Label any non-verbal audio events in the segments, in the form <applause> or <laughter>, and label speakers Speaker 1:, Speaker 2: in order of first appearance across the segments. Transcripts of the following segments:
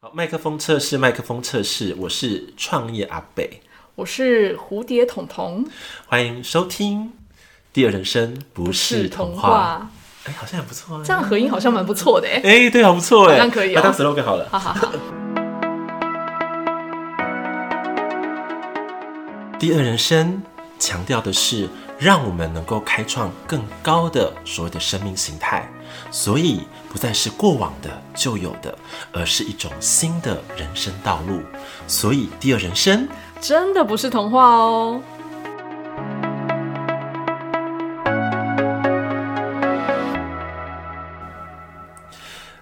Speaker 1: 好，麦克风测试，麦克风测试，我是创业阿北，
Speaker 2: 我是蝴蝶彤彤，
Speaker 1: 欢迎收听《第二人生不是童话》。哎，好像也不错啊。
Speaker 2: 这样合音好像蛮不错的哎、
Speaker 1: 哎，对，好不错哎，
Speaker 2: 好像可以
Speaker 1: 把
Speaker 2: 哦
Speaker 1: 它当 slogan 好了。
Speaker 2: 哈哈哈，
Speaker 1: 第二人生强调的是，让我们能够开创更高的所谓的生命形态，所以不再是过往的旧有的，而是一种新的人生道路。所以，第二人生
Speaker 2: 真的不是童话哦。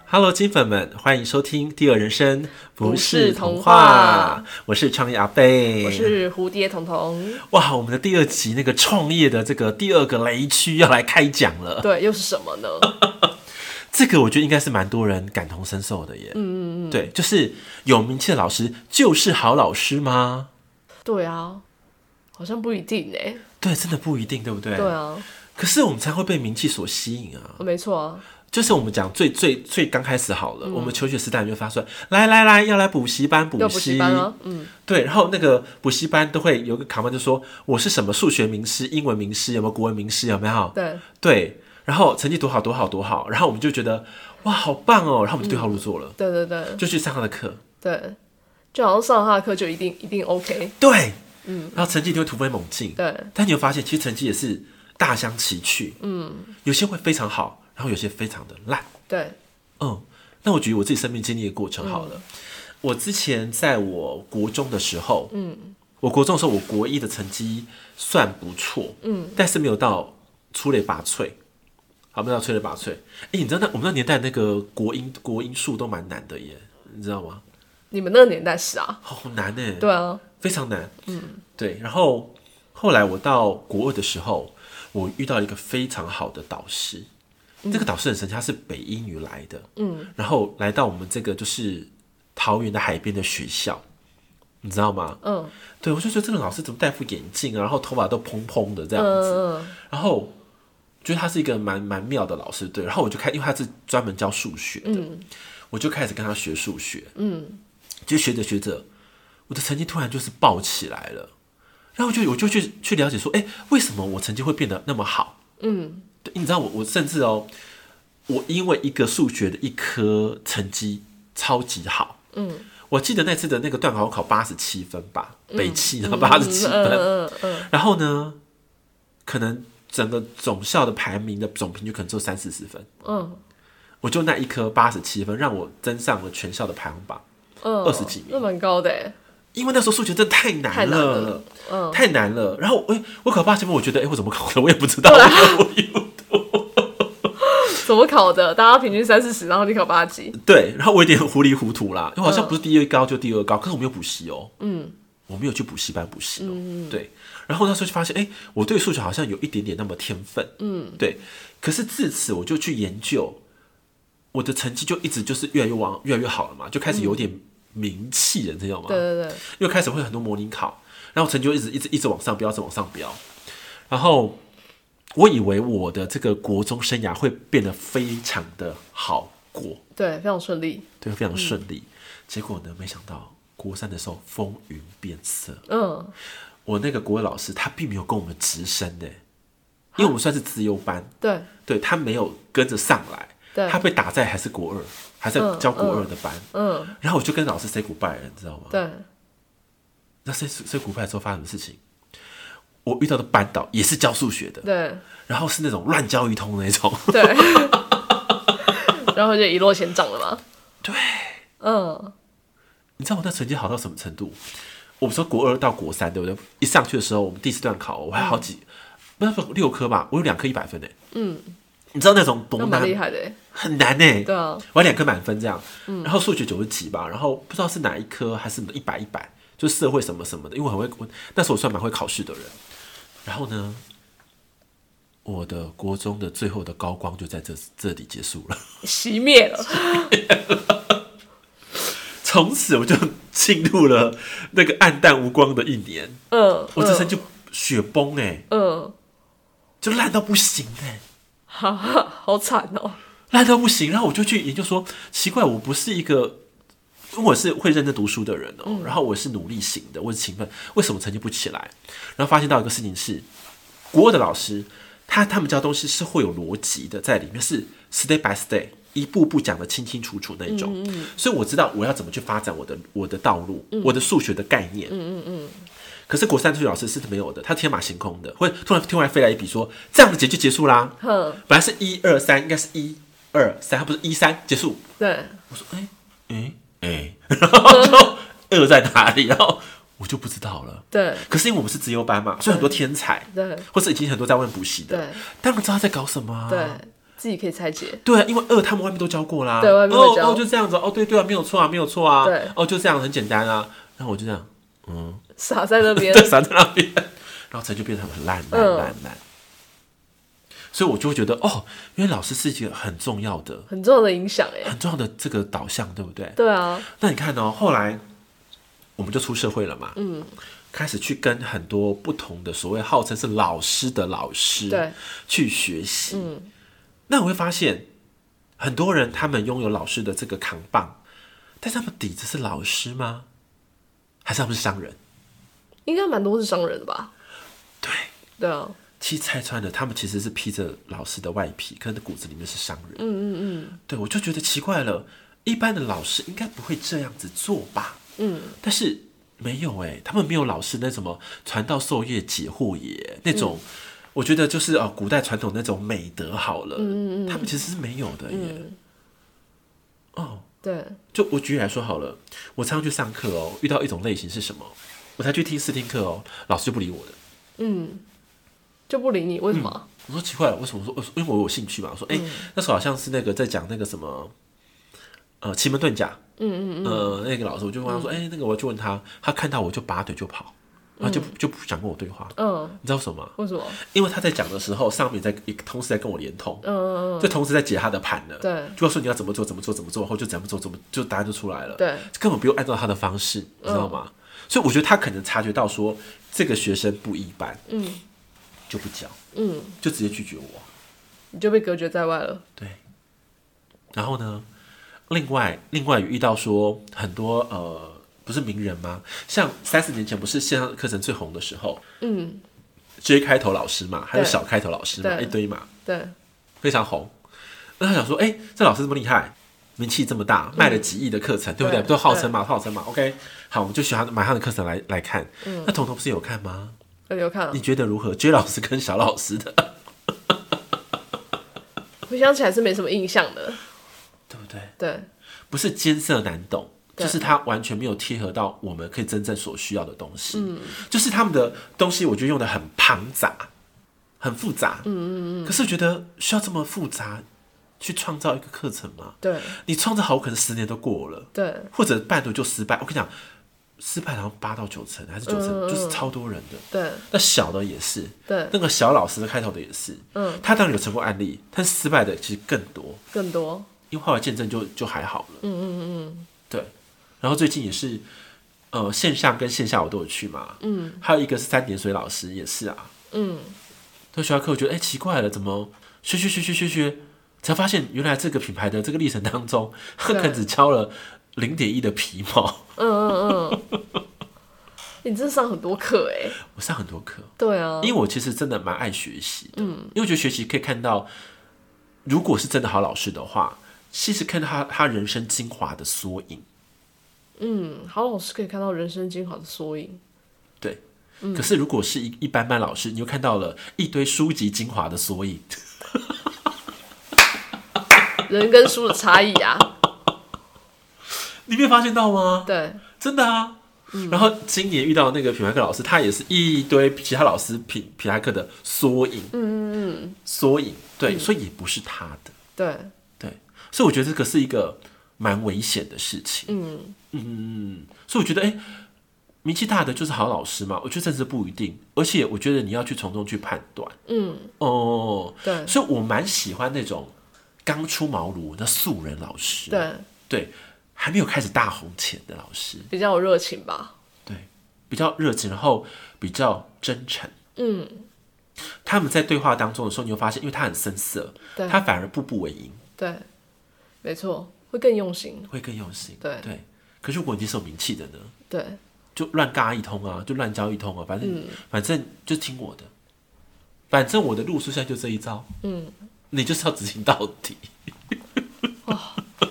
Speaker 1: Hello，金粉们，欢迎收听《第二人生不是童
Speaker 2: 不是童话
Speaker 1: 我是创业阿贝，
Speaker 2: 我是蝴蝶彤彤，
Speaker 1: 哇，我们的第二集那个创业的这个第二个雷区要来开讲了，
Speaker 2: 对，又是什么呢？
Speaker 1: 这个我觉得应该是蛮多人感同身受的耶。嗯嗯嗯，对，就是有名气的老师就是好老师吗？
Speaker 2: 对啊，好像不一定哎、
Speaker 1: 对，真的不一定，对不对？
Speaker 2: 对。啊，
Speaker 1: 可是我们才会被名气所吸引啊！
Speaker 2: 没错啊，
Speaker 1: 就是我们讲最最最刚开始好了，我们求学时代你就发出来，来来来，要来补习班补
Speaker 2: 嗯要补习班啊，嗯，
Speaker 1: 对，然后那个补习班都会有个卡门，就说我是什么数学名师、英文名师，有没有国文名师，有没有？
Speaker 2: 对，
Speaker 1: 对，然后成绩多好多好多好，然后我们就觉得哇好棒哦，然后我们就对号入座了，
Speaker 2: 对对对
Speaker 1: 就去上他的课，
Speaker 2: 对，就好像上他的课就一定一定 OK，
Speaker 1: 对，嗯，然后成绩就会突飞猛进，
Speaker 2: 对
Speaker 1: 但你会发现其实成绩也是大相其趣，嗯，有些会非常好，然后有些非常的烂，
Speaker 2: 对，
Speaker 1: 嗯，那我举我自己生命经历的过程好了，我之前在我国中的时候，嗯，我国中的时候，我国一的成绩算不错，嗯，但是没有到出类拔萃。好，没有到出类拔萃。哎、你知道那我们那年代那个国音国音数都蛮难的耶，你知道吗？
Speaker 2: 你们那个年代是啊，
Speaker 1: 好难呢。
Speaker 2: 对啊，
Speaker 1: 非常难。嗯，对。然后后来我到国二的时候，我遇到一个非常好的导师，这个导师很神奇，他是北一女来的，嗯，然后来到我们这个就是桃园的海边的学校，你知道吗？
Speaker 2: 嗯
Speaker 1: 对，我就觉得这个老师怎么戴副眼镜啊，然后头发都蓬蓬的这样
Speaker 2: 嗯
Speaker 1: 子，
Speaker 2: 嗯，
Speaker 1: 然后觉得他是一个蛮蛮妙的老师，对。然后我就开，因为他是专门教数学的，我就开始跟他学数学，嗯，就学着学着，我的成绩突然就是爆起来了。然后我就我就去去了解说，哎、为什么我成绩会变得那么好？嗯，对，你知道我我甚至哦，我因为一个数学的一科成绩超级好，嗯，我记得那次的那个段考我考八十七分吧，北七的八十七分，
Speaker 2: 嗯嗯嗯嗯，
Speaker 1: 然后呢，可能整个总校的排名的总平均可能只有三四十分，
Speaker 2: 嗯，
Speaker 1: 我就那一科八十七分，让我登上了全校的排行榜，
Speaker 2: 嗯
Speaker 1: 二十几名
Speaker 2: 那蛮高的哎、
Speaker 1: 因为那时候数学真的太
Speaker 2: 太
Speaker 1: 难
Speaker 2: 难
Speaker 1: 了，
Speaker 2: 了嗯
Speaker 1: 太难了。然后我我考八十分，我觉得哎、我怎么考 <laughs> 的？我也不知道，
Speaker 2: 啊
Speaker 1: 我也我也
Speaker 2: 怎么考的？大家平均三四十，然后你考八级， <laughs>
Speaker 1: 对，然后我有点糊里糊涂啦，因为好像不是第一高就第二高，可是我没有补习哦，嗯，我没有去补习班补习
Speaker 2: 嗯
Speaker 1: 哦，对，然后那时候就发现，哎，我对数学好像有一点点那么天分，嗯，对，可是自此我就去研究，我的成绩就一直就是越来越往越来越好了嘛，就开始有点名气了，你知道吗？
Speaker 2: 嗯对对对，
Speaker 1: 又开始会很多模拟考，然后成绩就一直一直一直往上飙，一直往上飙。然后我以为我的这个国中生涯会变得非常的好过，
Speaker 2: 对，非常顺利。
Speaker 1: 对，非常顺
Speaker 2: 嗯
Speaker 1: 利。结果呢，没想到国三的时候风云变色。
Speaker 2: 嗯，
Speaker 1: 我那个国文老师他并没有跟我们直升的，因为
Speaker 2: 啊
Speaker 1: 我们算是资优班，
Speaker 2: 对，
Speaker 1: 对他没有跟着上来，
Speaker 2: 对
Speaker 1: 他被打在还是国二，还在
Speaker 2: 嗯
Speaker 1: 教国二的班。
Speaker 2: 嗯，
Speaker 1: 然后我就跟老师 say goodbye 了，你知道吗？
Speaker 2: 对，
Speaker 1: 那 say say goodbye 之后发生什么事情？我遇到的班导也是教数学的，
Speaker 2: 对，
Speaker 1: 然后是那种乱教一通的那种， <laughs>
Speaker 2: 对，然后就一落千丈了嘛。
Speaker 1: 对。
Speaker 2: 嗯，
Speaker 1: 你知道我那成绩好到什么程度？我们说国二到国三，对不对？一上去的时候，我们第四段考，我还好
Speaker 2: 嗯
Speaker 1: 几，不是不是六科吧，我有两科一百分呢。嗯，你知道那种
Speaker 2: 那
Speaker 1: 多
Speaker 2: 蛮厉
Speaker 1: 难
Speaker 2: 害的欸。
Speaker 1: 很难呢？
Speaker 2: 对啊，嗯
Speaker 1: 我还两科满分这样，然后数学九十几吧，然后不知道是哪一科还是一百一百，就社会什么什么的，因为我很会，我那时候我算蛮会考试的人。然后呢，我的国中的最后的高光就在这这里结束了。 <laughs>
Speaker 2: 欸熄灭了。
Speaker 1: 从此我就进入了那个暗淡无光的一年，
Speaker 2: 嗯，
Speaker 1: 我这身
Speaker 2: 嗯
Speaker 1: 就雪崩哎、
Speaker 2: 嗯，
Speaker 1: 就烂到不行哎、
Speaker 2: 哈哈，好惨哦。
Speaker 1: 烂到不行。然后我就去研究说，奇怪，我不是一个因为我是会认真读书的人哦、然后我是努力型的，我是勤奋，为什么成绩不起来？然后发现到一个事情是，国二的老师他他们教东西是会有逻辑的在里面，是 step by step。一步步讲的清清楚楚那种，所以我知道我要怎么去发展我的我的道路，我的数学的概念，可是国三数学老师是没有的，他天马行空的，会突然突然飞来一笔说这样的解就结束啦。
Speaker 2: 哼
Speaker 1: 本来是一二三，应该是一二三，他不是一三结束。
Speaker 2: 对，
Speaker 1: 我说哎哎
Speaker 2: <laughs>
Speaker 1: 哎，然后就二在哪里？然后我就不知道了。
Speaker 2: 对，
Speaker 1: 可是因为我们是资优班嘛，所以很多天才，
Speaker 2: 对
Speaker 1: 或是已经很多在外面补习的
Speaker 2: 对，
Speaker 1: 当然知道他在搞什么、啊。
Speaker 2: 对，自己可以拆解。
Speaker 1: 对，啊因为二他们外面都教过啦。
Speaker 2: 对外面都
Speaker 1: 哦
Speaker 2: 教
Speaker 1: 哦，就这样子。哦，对对啊，没有错啊，没有错啊。
Speaker 2: 对
Speaker 1: 哦，就这样，很简单啊。然后我就这样，嗯。
Speaker 2: 傻
Speaker 1: <laughs>
Speaker 2: 在那边
Speaker 1: 对，散在那边，然后成绩变成很烂烂
Speaker 2: 嗯
Speaker 1: 烂烂。所以我就会觉得，哦，因为老师是一个很重要的、
Speaker 2: 很重要的影响哎。
Speaker 1: 很重要的这个导向，对不对？
Speaker 2: 对啊，
Speaker 1: 那你看哦，后来我们就出社会了嘛，嗯，开始去跟很多不同的所谓号称是老师的老师，
Speaker 2: 对，
Speaker 1: 去学习。那我会发现，很多人他们拥有老师的这个扛棒，但是他们底子是老师吗？还是他们是商人？
Speaker 2: 应该蛮多是商人的吧？
Speaker 1: 对，
Speaker 2: 对啊，
Speaker 1: 其实拆穿了，他们其实是披着老师的外皮，可是骨子里面是商人。嗯嗯嗯，对，我就觉得奇怪了，一般的老师应该不会这样子做吧？嗯，但是没有哎、他们没有老师那什么传道授业解惑也那种，我觉得就是哦，古代传统那种美德好了，嗯嗯他们其实是没有的耶。哦，
Speaker 2: 对，
Speaker 1: 就我举例来说好了，我常常去上课哦，遇到一种类型是什么？我才去听试听课哦，老师就不理我的。
Speaker 2: 就不理你，为什么？
Speaker 1: 我说奇怪，为什么我说？我说因为我有兴趣嘛。我说，哎、那时候好像是那个在讲那个什么，呃，奇门遁甲，嗯嗯嗯，呃，那个老师，我就问他说，哎、那个我就问他，他看到我就拔腿就跑，然后就、就不想跟我对话。
Speaker 2: 嗯，
Speaker 1: 你知道为什么吗？
Speaker 2: 为什么？
Speaker 1: 因为他在讲的时候，上面在也同时在跟我连通，
Speaker 2: 嗯，
Speaker 1: 就同时在解他的盘了。
Speaker 2: 对
Speaker 1: 就告诉你要怎么做，怎么做，怎么做，然后就怎么做，怎么就答案就出来了。
Speaker 2: 对，
Speaker 1: 根本不用按照他的方式，你知道吗？所以我觉得他可能察觉到说这个学生不一般，
Speaker 2: 嗯，
Speaker 1: 就不教，
Speaker 2: 嗯，
Speaker 1: 就直接拒绝我。
Speaker 2: 你就被隔绝在外了。
Speaker 1: 对。然后呢，另外另外有遇到说很多呃，不是名人吗？像三四年前不是线上课程最红的时候，嗯，J 开头老师嘛，还有
Speaker 2: 对
Speaker 1: 小开头老师嘛，
Speaker 2: 对
Speaker 1: 一堆嘛，
Speaker 2: 对，
Speaker 1: 非常红。那他想说，哎、这老师这么厉害，名气这么大，卖了几亿的课程，对不对？
Speaker 2: 嗯对
Speaker 1: 都号称嘛，号称嘛。OK，好，我们就喜欢买他的课程来来看。
Speaker 2: 嗯
Speaker 1: 那彤彤不是有看吗？
Speaker 2: 有有看啊
Speaker 1: 你，觉得如何？J 老师跟小老师
Speaker 2: <laughs>
Speaker 1: 的，
Speaker 2: 回想起来是没什么印象的。
Speaker 1: 对不对？
Speaker 2: 对，
Speaker 1: 不是艰涩难懂，
Speaker 2: 对
Speaker 1: 就是它完全没有贴合到我们可以真正所需要的东西。
Speaker 2: 嗯
Speaker 1: 就是他们的东西，我觉得用的很庞杂，很复杂。嗯嗯嗯。可是我觉得需要这么复杂去创造一个课程吗？
Speaker 2: 对，
Speaker 1: 你创造好，可能十年都过了，
Speaker 2: 对，
Speaker 1: 或者半途就失败。我跟你讲，失败然后八到九成还是九成，
Speaker 2: 嗯嗯嗯
Speaker 1: 就是超多人的。
Speaker 2: 对，
Speaker 1: 那小的也是，
Speaker 2: 对
Speaker 1: 那个小老师的开头的也是，
Speaker 2: 嗯，
Speaker 1: 他当然有成功案例，但是失败的其实更多。
Speaker 2: 更多。
Speaker 1: 因为后来见证就就还好了。嗯嗯嗯，对。然后最近也是，呃，线上跟线下我都有去嘛。嗯，还有一个是三点水老师也是啊。
Speaker 2: 嗯，
Speaker 1: 都学校课，我觉得哎、奇怪了，怎么学学学学学学，才发现原来这个品牌的这个历程当中，他可能只敲了零点一的皮毛。
Speaker 2: 嗯 <laughs> 你真的上很多课哎、
Speaker 1: 我上很多课，
Speaker 2: 对啊，
Speaker 1: 因为我其实真的蛮爱学习的，嗯，因为我觉得学习可以看到，如果是真的好老师的话，其实看到他他人生精华的缩影。
Speaker 2: 嗯好老师可以看到人生精华的缩影。
Speaker 1: 对，可是如果是一一般般老师，你又看到了一堆书籍精华的缩影，
Speaker 2: 人跟书的差异啊，
Speaker 1: 你没有发现到吗？
Speaker 2: 对，
Speaker 1: 真的啊。然后今年遇到那个品牌课老师，他也是一堆其他老师品品牌课的缩影，嗯嗯嗯，缩影，对，所以也不是他的，
Speaker 2: 对，
Speaker 1: 对，所以我觉得这个是一个蛮危险的事情，嗯嗯嗯，所以我觉得，哎、名气大的就是好老师嘛，我觉得这是不一定，而且我觉得你要去从中去判断，
Speaker 2: 嗯，
Speaker 1: 哦，
Speaker 2: 对
Speaker 1: 所以我蛮喜欢那种刚出茅庐的素人老师，
Speaker 2: 对，
Speaker 1: 对还没有开始大红前的老师，
Speaker 2: 比较有热情吧。
Speaker 1: 对，比较热情，然后比较真诚，嗯，他们在对话当中的时候，你会发现，因为他很生涩，
Speaker 2: 对
Speaker 1: 他反而步步为营，
Speaker 2: 对，没错，会更用心。
Speaker 1: 会更用心，
Speaker 2: 对
Speaker 1: 对，可是如果你是有名气的呢，
Speaker 2: 对，
Speaker 1: 就乱尬一通啊，就乱教一通啊，反正、
Speaker 2: 嗯
Speaker 1: 反正就听我的，反正我的路数现在就这一招，
Speaker 2: 嗯，
Speaker 1: 你就是要执行到底。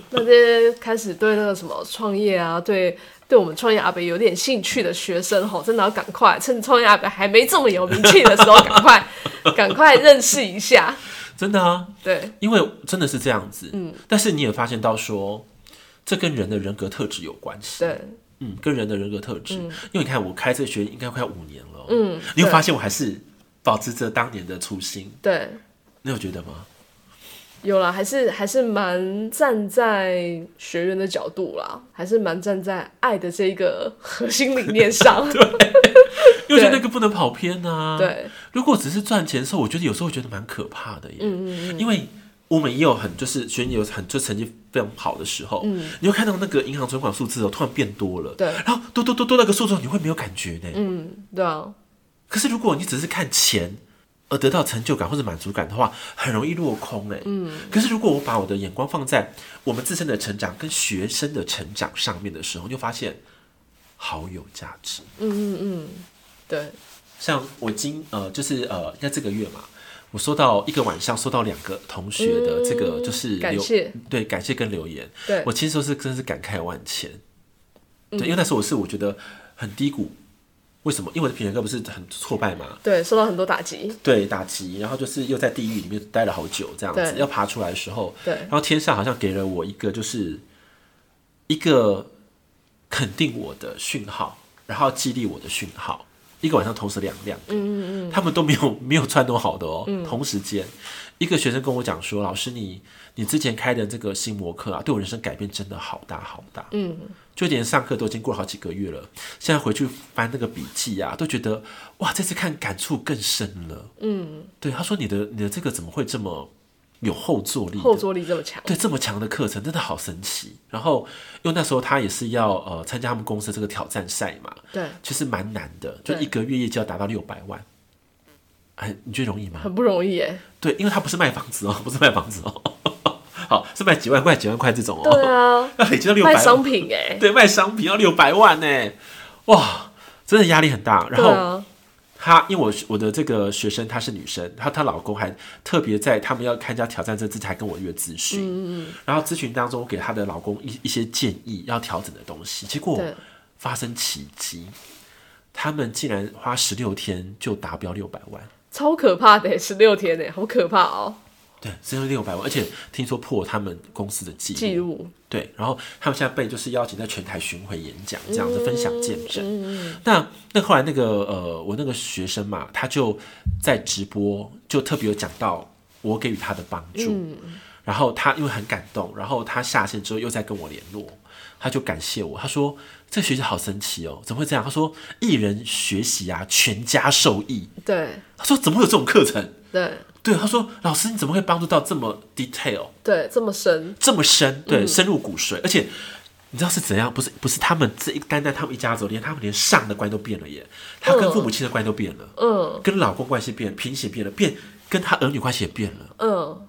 Speaker 2: 那些开始对那个什么创业啊，对对我们创业阿北有点兴趣的学生吼，真的要赶快趁创业阿北还没这么有名气的时候，赶快赶快认识一下。
Speaker 1: 真的啊，
Speaker 2: 对，
Speaker 1: 因为真的是这样子，嗯，但是你也发现到说，这跟人的人格特质有关系，
Speaker 2: 对，
Speaker 1: 嗯，跟人的人格特质，因为你看我开这个学院应该快五年了，嗯，你会发现我还是保持着当年的初心，
Speaker 2: 对，
Speaker 1: 你有觉得吗？
Speaker 2: 有啦，还是还是蛮站在学员的角度啦，还是蛮站在爱的这个核心理念
Speaker 1: <laughs>
Speaker 2: 上。
Speaker 1: 因为我觉得那个不能跑偏啊，，
Speaker 2: 对，
Speaker 1: 如果只是赚钱的时候，我觉得有时候会觉得蛮可怕的耶，嗯嗯因为。我们也有很就是学员有很就成绩非常好的时候，嗯，你会看到那个银行存款数字哦，突然变多了，
Speaker 2: 对
Speaker 1: 然后多多多多那个数字，你会没有感觉呢，
Speaker 2: 嗯，对啊，
Speaker 1: 可是如果你只是看钱而得到成就感或者满足感的话，很容易落空哎、嗯。可是如果我把我的眼光放在我们自身的成长跟学生的成长上面的时候，你就发现好有价值。
Speaker 2: 对，
Speaker 1: 像我今呃就是呃，应该这个月嘛。我收到一个晚上，收到两个同学的这个就是留、
Speaker 2: 感谢
Speaker 1: 对感谢跟留言，
Speaker 2: 对嗯
Speaker 1: 我其实是真是感慨万千，对，因为那时候我是我觉得很低谷，为什么？因为我的品格不是很挫败嘛，
Speaker 2: 对，受到很多打击，
Speaker 1: 对打击，然后就是又在地狱里面待了好久，这样子
Speaker 2: 对
Speaker 1: 要爬出来的时候，
Speaker 2: 对
Speaker 1: 然后天上好像给了我一个就是一个肯定我的讯号，然后激励我的讯号，一个晚上同时两两个，嗯嗯嗯，他们都没有 <laughs> 没有串通好的哦，同时间，一个学生跟我讲说，老师你你之前开的这个心魔课啊，对我人生改变真的好大好大，嗯。就连上课都已经过了好几个月了，现在回去翻那个笔记啊，都觉得哇，这次看感触更深了。对，他说你的你的这个怎么会这么有后坐力的？
Speaker 2: 后坐力这么强。
Speaker 1: 对这么强的课程真的好神奇。然后因为那时候他也是要呃参加他们公司这个挑战赛嘛，
Speaker 2: 对，
Speaker 1: 其实蛮难的，就
Speaker 2: 对
Speaker 1: 一个月业绩要达到六百万。哎，你觉得容易吗？
Speaker 2: <laughs> 很不容易耶。
Speaker 1: 对，因为他不是卖房子哦，不是卖房子哦，好是卖几万块、几万块这种
Speaker 2: 对
Speaker 1: 哦，
Speaker 2: 啊，
Speaker 1: 要累积到六百
Speaker 2: 卖
Speaker 1: 万，
Speaker 2: 商品哎。
Speaker 1: 对，卖商品要六百万呢，哇，真的压力很大。然
Speaker 2: 对
Speaker 1: 后、
Speaker 2: 啊，
Speaker 1: 她因为我我的这个学生她是女生，她她老公还特别在他们要参加挑战这之前还跟我约咨询，然后咨询当中我给她的老公一一些建议要调整的东西，结果
Speaker 2: 对
Speaker 1: 发生奇迹，他们竟然花十六天就达标六百万，
Speaker 2: 超可怕的耶，十六天哎，好可怕哦，
Speaker 1: 对，只有六百万，而且听说破他们公司的记录，
Speaker 2: 记录。
Speaker 1: 对，然后他们现在被就是邀请在全台巡回演讲，这样子分享见证。那那后来那个呃，我那个学生嘛，他就在直播就特别有讲到我给予他的帮助，然后他因为很感动，然后他下线之后又在跟我联络，他就感谢我，他说这个学姐好神奇哦，怎么会这样？他说一人学习啊，全家受益。
Speaker 2: 对
Speaker 1: 他说怎么会有这种课程？
Speaker 2: 对
Speaker 1: 对，他说老师你怎么会帮助到这么 detail？
Speaker 2: 对，这么深，
Speaker 1: 这么深，对，
Speaker 2: 嗯
Speaker 1: 深入骨髓，而且你知道是怎样？不是不是他们这一单单他们一家子，连他们连上的关系都变了耶，他跟父母亲的关系都变了，
Speaker 2: 嗯
Speaker 1: 跟老公关系变了，贫血变了，变跟他儿女关系也变了，
Speaker 2: 嗯，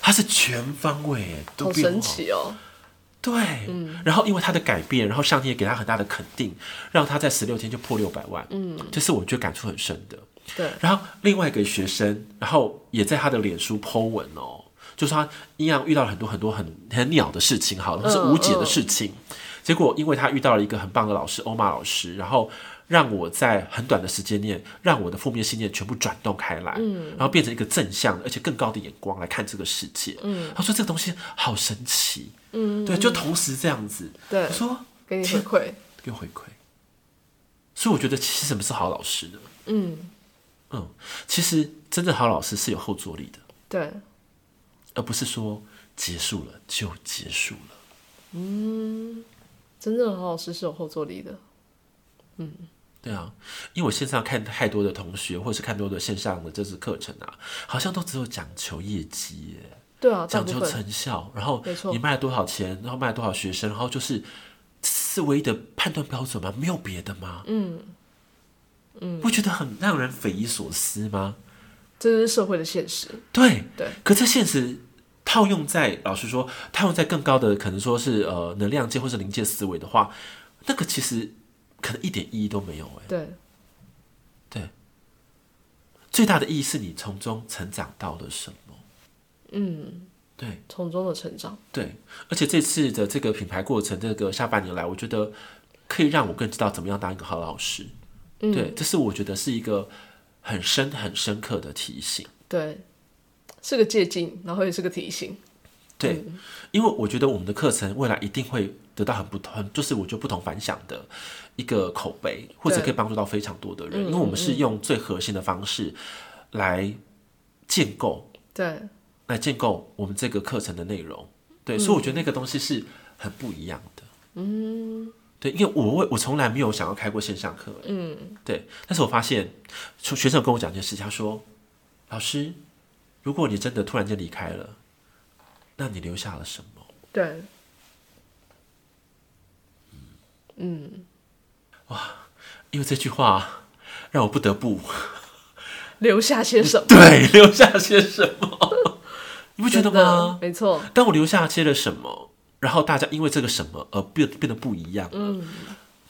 Speaker 1: 他是全方位耶，都
Speaker 2: 好
Speaker 1: 变
Speaker 2: 神奇嗯哦。
Speaker 1: 对，然后因为他的改变，然后上天也给他很大的肯定，让他在十六天就破六百万，嗯，这是我觉得感触很深的。
Speaker 2: 对
Speaker 1: 然后另外一个学生，然后也在他的脸书 po 文哦，就是他一样遇到了很多很多很很鸟的事情，好了，或是无解的事情。结果因为他遇到了一个很棒的老师欧玛老师，然后让我在很短的时间内，让我的负面信念全部转动开来，然后变成一个正向而且更高的眼光来看这个世界。他说这个东西好神奇，嗯，对，就同时这样子，
Speaker 2: 对
Speaker 1: 我说
Speaker 2: 给你回馈，
Speaker 1: 给我回馈。所以我觉得，其实什么是好老师呢？
Speaker 2: 嗯，
Speaker 1: 嗯，其实真正好老师是有后坐力的，
Speaker 2: 对，
Speaker 1: 而不是说结束了就结束了。
Speaker 2: 真正的好老师是有后坐力的。
Speaker 1: 对啊，因为我线上看太多的同学，或是看多的线上的这次课程啊，好像都只有讲求业绩耶，
Speaker 2: 对啊，大
Speaker 1: 讲
Speaker 2: 部
Speaker 1: 求
Speaker 2: 分
Speaker 1: 成效，然后
Speaker 2: 没错
Speaker 1: 你卖了多少钱，然后卖了多少学生，然后就是这是唯一的判断标准吗？没有别的吗？嗯嗯，不觉得很让人匪夷所思吗？
Speaker 2: 这是社会的现实。
Speaker 1: 对
Speaker 2: 对，
Speaker 1: 可这现实套用在老实说，套用在更高的可能说是呃能量界或是灵界思维的话，那个其实可能一点意义都没有哎。
Speaker 2: 对，
Speaker 1: 对，最大的意义是你从中成长到了什么。嗯，对。
Speaker 2: 从中的成长，
Speaker 1: 对，而且这次的这个品牌过程，这个下半年来，我觉得可以让我更知道怎么样当一个好老师。对，这是我觉得是一个很深、很深刻的提醒。
Speaker 2: 对，是个借鉴，然后也是个提醒。
Speaker 1: 对，因为我觉得我们的课程未来一定会得到很不同，就是我觉得不同凡响的一个口碑，或者
Speaker 2: 对
Speaker 1: 可以帮助到非常多的人，因为我们是用最核心的方式来建构
Speaker 2: 对，
Speaker 1: 来建构我们这个课程的内容。对，所以我觉得那个东西是很不一样的。嗯，对，因为我我我从来没有想要开过线上课。嗯，对，但是我发现，学学生有跟我讲一件事，他说：“老师，如果你真的突然间离开了，那你留下了什么
Speaker 2: 对，？”
Speaker 1: 因为这句话啊让我不得不 <laughs>
Speaker 2: 留下些什么？
Speaker 1: 对留下些什么， <laughs> 你不觉得
Speaker 2: 真的
Speaker 1: 吗？
Speaker 2: 没错，
Speaker 1: 当我留下些了什么，然后大家因为这个什么而变变得不一样了，
Speaker 2: 嗯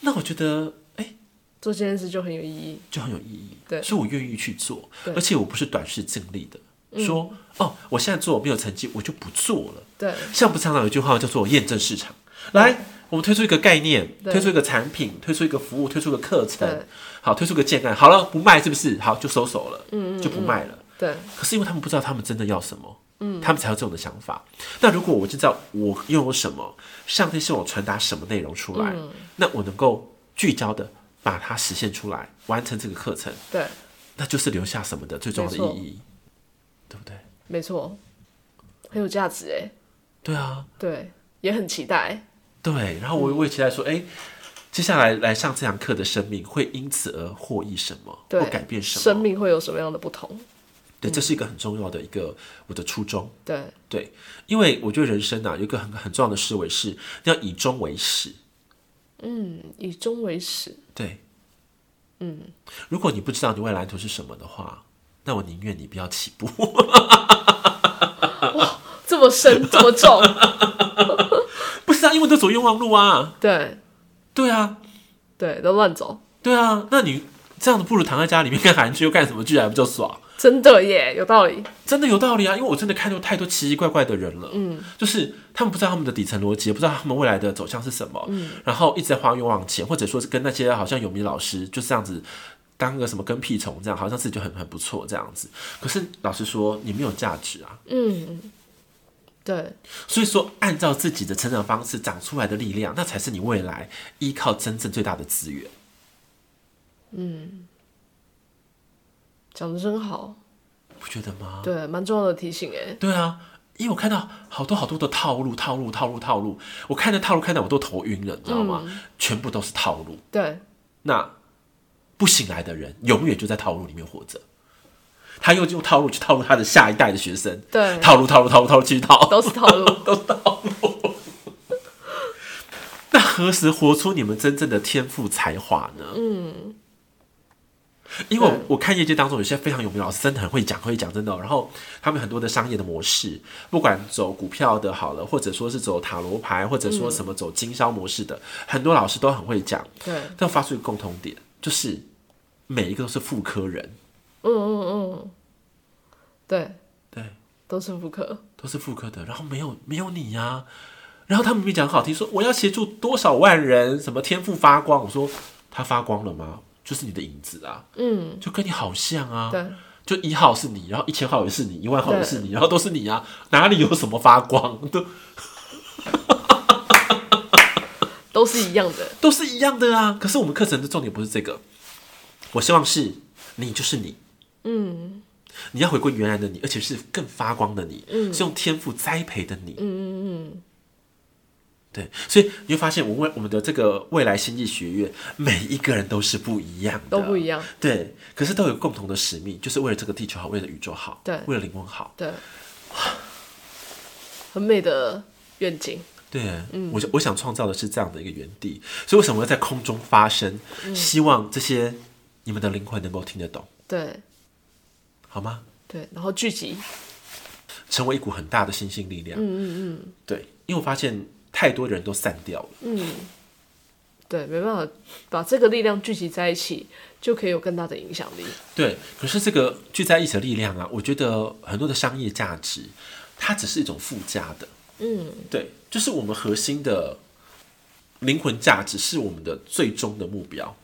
Speaker 1: 那我觉得哎、
Speaker 2: 做这件事就很有意义。
Speaker 1: 就很有意义，
Speaker 2: 对
Speaker 1: 所以我愿意去做，
Speaker 2: 对嗯
Speaker 1: 而且我不是短视尽力的，说哦，我现在做没有成绩，我就不做了。
Speaker 2: 对，
Speaker 1: 像不常常有一句话叫做验证市场，来。我们推出一个概念，
Speaker 2: 对
Speaker 1: 推出一个产品，推出一个服务，推出一个课程
Speaker 2: 对，
Speaker 1: 好，推出个建案，好了，不卖是不是？好，就收手了，
Speaker 2: 嗯
Speaker 1: 就不卖了。
Speaker 2: 对，
Speaker 1: 可是因为他们不知道他们真的要什么，嗯，他们才有这种的想法。那如果我就知道我拥有什么，上帝希望我传达什么内容出来，
Speaker 2: 嗯
Speaker 1: 那我能够聚焦的把它实现出来，完成这个课程，
Speaker 2: 对，
Speaker 1: 那就是留下什么的最重要的
Speaker 2: 没错
Speaker 1: 意义，对不对？
Speaker 2: 没错，很有价值哎。
Speaker 1: 对啊，
Speaker 2: 对，也很期待。
Speaker 1: 对。然后
Speaker 2: 嗯
Speaker 1: 我我也期待说，哎、接下来来上这堂课的生命会因此而获益什么，
Speaker 2: 对，
Speaker 1: 或改变什么？
Speaker 2: 生命会有什么样的不同？
Speaker 1: 对，这是一个很重要的一个我的初衷。
Speaker 2: 对，
Speaker 1: 对，因为我觉得人生啊，有一个很很重要的思维是，你要以终为始。
Speaker 2: 以终为始。
Speaker 1: 对，嗯，如果你不知道你未来蓝图是什么的话，那我宁愿你不要起步。 <laughs>
Speaker 2: 这么深，这么重， <laughs>
Speaker 1: 不是啊，因为都走冤枉路啊。
Speaker 2: 对
Speaker 1: 对啊，
Speaker 2: 对，都乱走，
Speaker 1: 对啊，那你这样子不如躺在家里面看韩剧又干什么剧，还啊不就爽？
Speaker 2: 真的耶，有道理。
Speaker 1: 真的有道理啊，因为我真的看到太多奇奇怪怪的人了，嗯，就是他们不知道他们的底层逻辑，也不知道他们未来的走向是什么，嗯，然后一直在花冤枉钱，或者说是跟那些好像有名老师就是这样子当个什么跟屁虫这样，好像自己就很很不错这样子，可是老实说，你没有价值啊，
Speaker 2: 嗯对
Speaker 1: 所以说按照自己的成长方式长出来的力量，那才是你未来依靠真正最大的资源。
Speaker 2: 讲的真好，
Speaker 1: 不觉得吗？
Speaker 2: 对，蛮重要的提醒哎。
Speaker 1: 对啊，因为我看到好多好多的套路，套路，套路，套路，我看那套路看到我都头晕了，你知道吗？全部都是套路。
Speaker 2: 对
Speaker 1: 那不醒来的人，永远就在套路里面活着。他又用套路去套路他的下一代的学生，
Speaker 2: 对，
Speaker 1: 套路，套路，套路，套路，继续套。
Speaker 2: 都是套
Speaker 1: <laughs>
Speaker 2: 路。
Speaker 1: <laughs> 那何时活出你们真正的天赋才华呢？嗯，因为我
Speaker 2: 对
Speaker 1: 我看业界当中有些非常有名的老师，真的很会讲，会讲真的哦、然后他们很多的商业的模式，不管走股票的好了，或者说是走塔罗牌，或者说什么走经销模式的，很多老师都很会讲，
Speaker 2: 对，
Speaker 1: 但发出一个共同点，就是每一个都是妇科人，
Speaker 2: 嗯嗯嗯，对，
Speaker 1: 对，
Speaker 2: 都是妇科。
Speaker 1: 都是妇科的，然后没有没有你呀、然后他们明明讲很好听，说我要协助多少万人，什么天赋发光，我说他发光了吗？就是你的影子啊，
Speaker 2: 嗯，
Speaker 1: 就跟你好像啊，
Speaker 2: 对，
Speaker 1: 就一号是你，然后一千号也是你，一万号也是你，然后都是你啊，哪里有什么发光，都
Speaker 2: 都是一样的。
Speaker 1: 都是一样的啊。可是我们课程的重点不是这个，我希望是你就是你，嗯，你要回归原来的你，而且是更发光的你，嗯，是用天赋栽培的你，嗯嗯嗯。对，所以你会发现，我们未我们的这个未来星际学院，每一个人都是不一样的，
Speaker 2: 都不一样。
Speaker 1: 对，可是都有共同的使命，就是为了这个地球好，为了宇宙好，
Speaker 2: 对
Speaker 1: 为了灵魂好。
Speaker 2: 对，很美的愿景。
Speaker 1: 对，我想我想创造的是这样的一个园地，所以为什么要在空中发声？希望这些你们的灵魂能够听得懂，
Speaker 2: 对
Speaker 1: 好吗？
Speaker 2: 对，然后聚集。
Speaker 1: 成为一股很大的新兴力量。嗯嗯嗯，对，因为我发现太多人都散掉了。
Speaker 2: 对，没办法把这个力量聚集在一起，就可以有更大的影响力。
Speaker 1: 对，可是这个聚在一起的力量啊，我觉得很多的商业价值，它只是一种附加的。嗯，对，就是我们核心的灵魂价值是我们的最终的目标，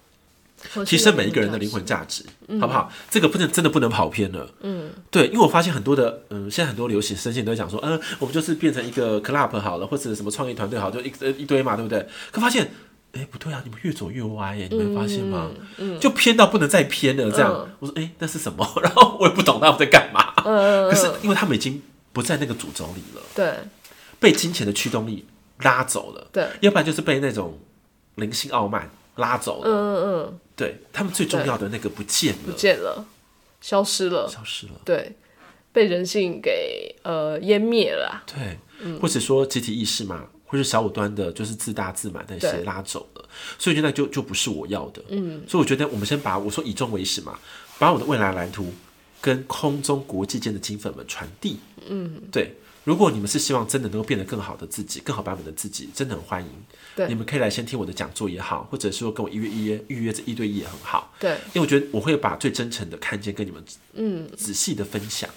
Speaker 1: 提升每一个人的灵魂价值，好不好？这个不能真的不能跑偏了。嗯，对，因为我发现很多的，嗯，现在很多流行声线都会讲说，嗯，我们就是变成一个 club 好了，或者什么创意团队好，就一呃一堆嘛，对不对？可发现。哎、不对啊！你们越走越歪耶，你没发现吗？就偏到不能再偏了。这样，我说，哎、那是什么？ <laughs> 然后我也不懂他们在干嘛。可是因为他们已经不在那个主轴里了，
Speaker 2: 对，
Speaker 1: 被金钱的驱动力拉走了。
Speaker 2: 对
Speaker 1: 要不然就是被那种灵性傲慢拉走了。
Speaker 2: 嗯嗯，
Speaker 1: 对他们最重要的那个不见了，
Speaker 2: 不见了，消失了，
Speaker 1: 消失了。
Speaker 2: 对，被人性给呃湮灭了啊、
Speaker 1: 对，或者说集体意识嘛，或是小我端的，就是自大自满那些
Speaker 2: 对
Speaker 1: 拉走了，所以我觉得那就就不是我要的。嗯，所以我觉得我们先把我说以终为始嘛，把我的未来蓝图跟空中国际间的金粉们传递。嗯，对。如果你们是希望真的能够变得更好的自己，更好版本的自己，真的很欢迎。
Speaker 2: 对
Speaker 1: 你们可以来先听我的讲座也好，或者是说跟我预约预约预约这一对一也很好。
Speaker 2: 对
Speaker 1: 因为我觉得我会把最真诚的看见跟你们嗯仔细的分享。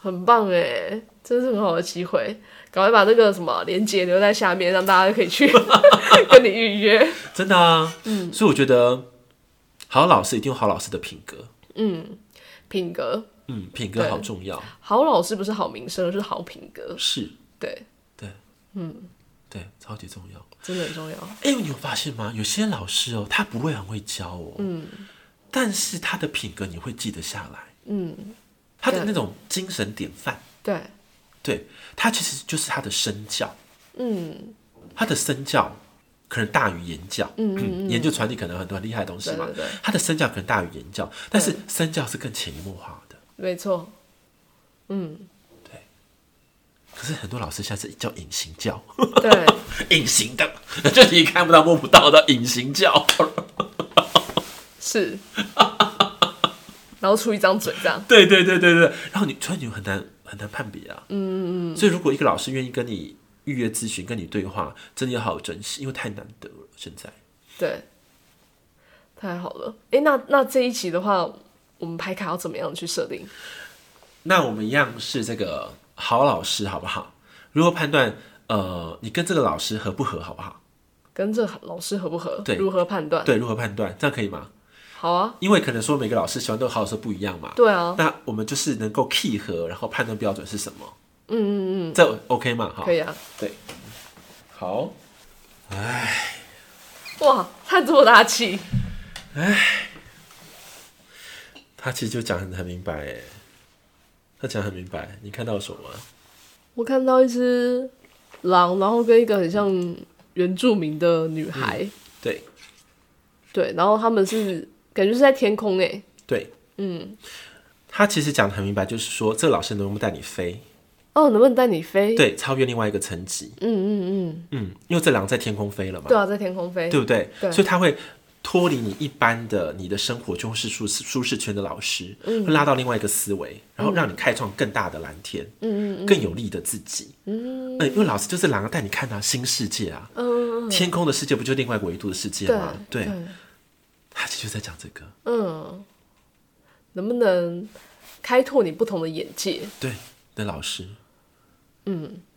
Speaker 2: 很棒哎，真是很好的机会，赶快把那个什么链接留在下面，让大家可以去 <laughs> 跟你预约。
Speaker 1: 真的啊，嗯，所以我觉得好老师一定有好老师的品格，
Speaker 2: 品格
Speaker 1: 嗯，品格
Speaker 2: 对
Speaker 1: 好重要，
Speaker 2: 好老师不是好名声，而是好品格，
Speaker 1: 是
Speaker 2: 对，
Speaker 1: 对，嗯，对，超级重要。
Speaker 2: 真的很重要。
Speaker 1: 哎、你有发现吗？有些老师哦，他不会很会教哦，嗯，但是他的品格你会记得下来，嗯，他的
Speaker 2: 对
Speaker 1: 那种精神典范，
Speaker 2: 对，
Speaker 1: 对他其实就是他的身教，嗯，他的身教可能大于言教，嗯研究传递可能很多很厉害的东西嘛，
Speaker 2: 对对对
Speaker 1: 他的身教可能大于言教，但是身教是更潜移默化的。
Speaker 2: 没错，
Speaker 1: 可是很多老师现在是叫隐 <laughs> 形教，
Speaker 2: 对，
Speaker 1: 隐形的， <laughs> 就是你看不到摸不到的隐形教。
Speaker 2: 是，然后出一张嘴这样，
Speaker 1: <laughs> 对对对对对，然后你所以你很难很难判别啊。嗯嗯嗯。所以如果一个老师愿意跟你预约咨询、跟你对话，真的要好好珍惜，因为太难得了。现在
Speaker 2: 对，太好了。哎，那那这一集的话，我们排卡要怎么样去设定？
Speaker 1: 那我们一样是这个好老师，好不好？如何判断呃你跟这个老师合不合，好不好？
Speaker 2: 跟这老师合不合？
Speaker 1: 对
Speaker 2: 如何判断？
Speaker 1: 对，如何判断？这样可以吗？
Speaker 2: 好啊，
Speaker 1: 因为可能说每个老师喜欢的好老师不一样嘛。
Speaker 2: 对啊，
Speaker 1: 那我们就是能够契合，然后判断标准是什么？嗯嗯嗯，这 OK 吗？好，
Speaker 2: 可以啊。
Speaker 1: 对，好，
Speaker 2: 哇，叹这么大气，
Speaker 1: 他其实就讲很很明白，哎，他讲得很明白，你看到什么？
Speaker 2: 我看到一只狼，然后跟一个很像原住民的女孩，
Speaker 1: 嗯对
Speaker 2: 对，然后他们是感觉是在天空欸诶，
Speaker 1: 对，嗯，他其实讲的很明白，就是说这个老师能不能带你飞，
Speaker 2: 哦，能不能带你飞？，
Speaker 1: 对，超越另外一个层级，
Speaker 2: 嗯嗯嗯，
Speaker 1: 嗯，因为这狼在天空飞了嘛，
Speaker 2: 对啊，在天空飞，
Speaker 1: 对不对？
Speaker 2: 对
Speaker 1: 所以他会脱离你一般的你的生活中是舒适舒适圈的老师，会拉到另外一个思维，然后让你开创更大的蓝天，嗯嗯嗯，更有利的自己，嗯，因为老师就是狼带你看啊新世界啊，嗯，天空的世界不就另外一个维度的世界吗？
Speaker 2: 对
Speaker 1: 对，他其实就在讲这个，
Speaker 2: 嗯，能不能开拓你不同的眼界，
Speaker 1: 对的老师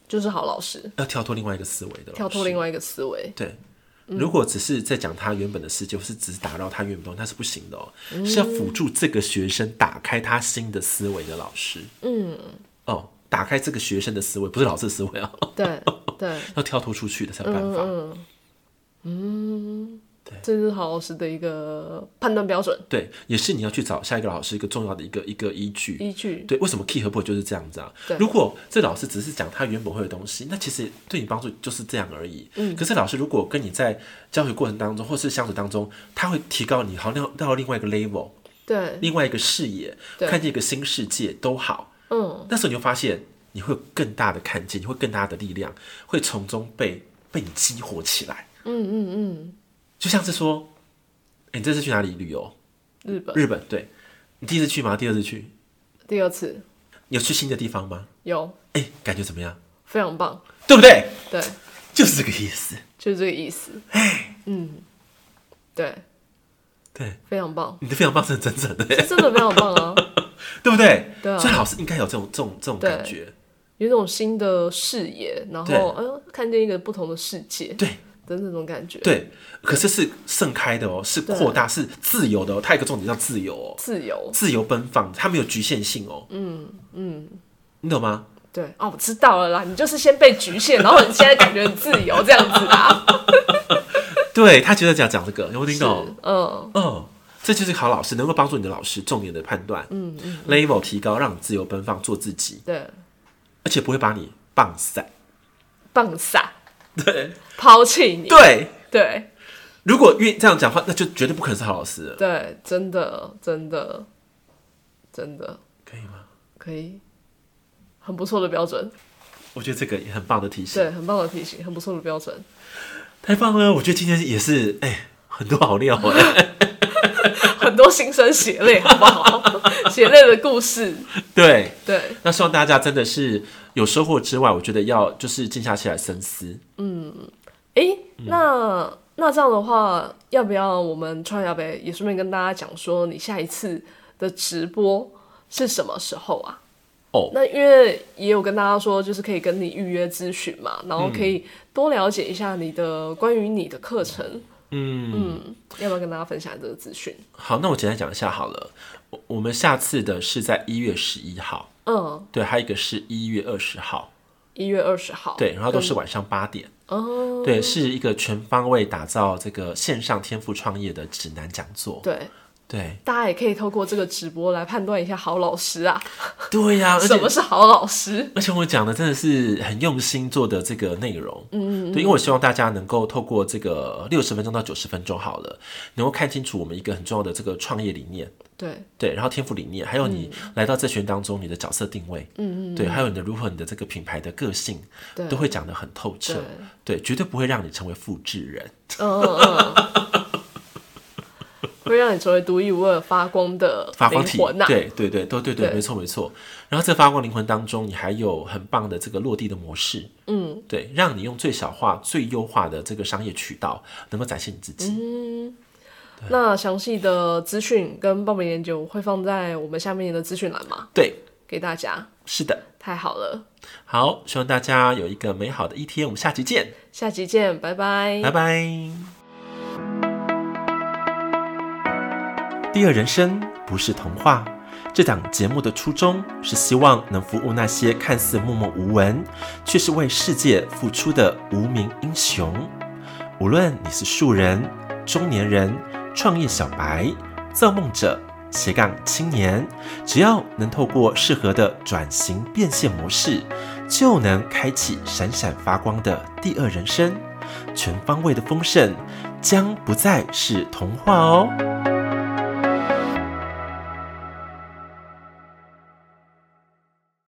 Speaker 2: 就是好老师，
Speaker 1: 要跳脱另外一个思维的老师，
Speaker 2: 跳脱另外一个思维，
Speaker 1: 对。
Speaker 2: 嗯
Speaker 1: 如果只是在讲他原本的世界，或是只是打扰他原本的东西，那是不行的哦、
Speaker 2: 嗯
Speaker 1: 是要辅助这个学生打开他新的思维的老师。嗯，哦，打开这个学生的思维，不是老师的思维啊，
Speaker 2: 对对，
Speaker 1: <laughs> 要跳脱出去的才有办
Speaker 2: 嗯
Speaker 1: 法。
Speaker 2: 这是好老师的一个判断标准
Speaker 1: 对，也是你要去找下一个老师一个重要的一个一个依据。
Speaker 2: 依据，
Speaker 1: 对，为什么 key 合不合就是这样子啊
Speaker 2: 对？
Speaker 1: 如果这老师只是讲他原本会的东西，那其实对你帮助就是这样而已。嗯，可是老师如果跟你在教学过程当中，或是相处当中，他会提高你好像到到另外一个 level，
Speaker 2: 对，
Speaker 1: 另外一个视野，
Speaker 2: 对
Speaker 1: 看见一个新世界都好。
Speaker 2: 嗯，
Speaker 1: 那时候你就发现，你会有更大的看见，你会更大的力量，会从中被被你激活起来。嗯嗯嗯，就像是说，哎、你这次去哪里旅游？
Speaker 2: 日本
Speaker 1: 日本，对你第一次去吗？第二次去？
Speaker 2: 第二次，
Speaker 1: 你有去新的地方吗？
Speaker 2: 有
Speaker 1: 哎、感觉怎么样？
Speaker 2: 非常棒，
Speaker 1: 对不对？
Speaker 2: 对，
Speaker 1: 就是这个意思。
Speaker 2: 就是这个意思。嗯，对，
Speaker 1: 对，
Speaker 2: 非常棒，
Speaker 1: 你的非常棒是很真诚的，
Speaker 2: 真的非常棒啊！
Speaker 1: 对不对？
Speaker 2: 对啊
Speaker 1: 所以老师应该有这种这种这种
Speaker 2: 对
Speaker 1: 感觉。
Speaker 2: 有一种新的视野，然后
Speaker 1: 对
Speaker 2: 呃，看见一个不同的世界
Speaker 1: 对
Speaker 2: 的那种感觉。，
Speaker 1: 对，可是是盛开的哦，是
Speaker 2: 对
Speaker 1: 扩大，是自由的哦。它有一个重点叫自由哦，
Speaker 2: 自由。
Speaker 1: 自由奔放，它没有局限性哦。嗯嗯，你懂吗？
Speaker 2: 对，哦，我知道了啦，你就是先被局限，然后你现在感觉很自由这样子啊。
Speaker 1: 对他觉得讲讲这个，有没有听懂？
Speaker 2: 嗯，
Speaker 1: 嗯，这就是好老师能够帮助你的老师重点的判断，嗯嗯，level 提高，让你自由奔放，做自己，
Speaker 2: 对，
Speaker 1: 而且不会把你棒散。
Speaker 2: 棒撒
Speaker 1: <laughs> 对
Speaker 2: 抛弃你。
Speaker 1: 对，
Speaker 2: 对
Speaker 1: 如果愿意这样讲话，那就绝对不可能是好老师了，
Speaker 2: 对，真的真的真的
Speaker 1: 可以吗？
Speaker 2: 可以，很不错的标准。
Speaker 1: 我觉得这个也很棒的提醒，
Speaker 2: 对，很棒的提醒，很不错的标准。
Speaker 1: 太棒了！我觉得今天也是，哎、很多好料哎、
Speaker 2: 很多心酸血泪， <laughs> 好不好？ <laughs> 血泪的故事，
Speaker 1: <laughs> 对，
Speaker 2: 对
Speaker 1: 那希望大家真的是有收获之外，我觉得要就是静下心来深思。
Speaker 2: 诶，
Speaker 1: 嗯
Speaker 2: 那、那这样的话，要不要我们创亚北也顺便跟大家讲说，你下一次的直播是什么时候啊？
Speaker 1: 哦
Speaker 2: 那因为也有跟大家说，就是可以跟你预约咨询嘛，然后
Speaker 1: 嗯
Speaker 2: 可以多了解一下你的关于你的课程。嗯要不要跟大家分享这个资讯？
Speaker 1: 好，那我简单讲一下好了。我我们下次的是在一月十一号，
Speaker 2: 嗯，
Speaker 1: 对，还有一个是一月二十号，
Speaker 2: 一月二十号。
Speaker 1: 对，然后都是晚上八点，
Speaker 2: 哦，
Speaker 1: 对，是一个全方位打造这个线上天赋创业的指南讲座，
Speaker 2: 对，
Speaker 1: 对，
Speaker 2: 大家也可以透过这个直播来判断一下好老师啊。
Speaker 1: 对呀、而
Speaker 2: 什么
Speaker 1: 且
Speaker 2: 是好老师？
Speaker 1: 而且我讲的真的是很用心做的这个内容，嗯嗯对，因为我希望大家能够透过这个六十分钟到九十分钟好了，能够看清楚我们一个很重要的这个创业理念，
Speaker 2: 对
Speaker 1: 对，然后天赋理念，还有你来到这群当中你的角色定位，嗯嗯，对，还有你的如何你的这个品牌的个性，
Speaker 2: 对
Speaker 1: 都会讲得很透彻，对，绝对不会让你成为复制人，
Speaker 2: 嗯嗯嗯， <laughs> 会让你成为独一无二、发光的
Speaker 1: 发光
Speaker 2: 灵
Speaker 1: 体，
Speaker 2: 魂啊呐、
Speaker 1: 对对对，都对对，
Speaker 2: 对
Speaker 1: 没错没错。然后在发光灵魂当中，你还有很棒的这个落地的模式，嗯，对，让你用最小化、最优化的这个商业渠道，能够展现你自己。
Speaker 2: 那详细的资讯跟报名链接我会放在我们下面的资讯栏嘛，
Speaker 1: 对，
Speaker 2: 给大家。
Speaker 1: 是的。
Speaker 2: 太好了，
Speaker 1: 好，希望大家有一个美好的一天，我们下期见，
Speaker 2: 下集见，拜拜。
Speaker 1: 拜拜。第二人生不是童话。这档节目的初衷是希望能服务那些看似默默无闻，却是为世界付出的无名英雄。无论你是素人、中年人、创业小白、造梦者、斜杠青年，只要能透过适合的转型变现模式，就能开启闪闪发光的第二人生。全方位的丰盛将不再是童话哦。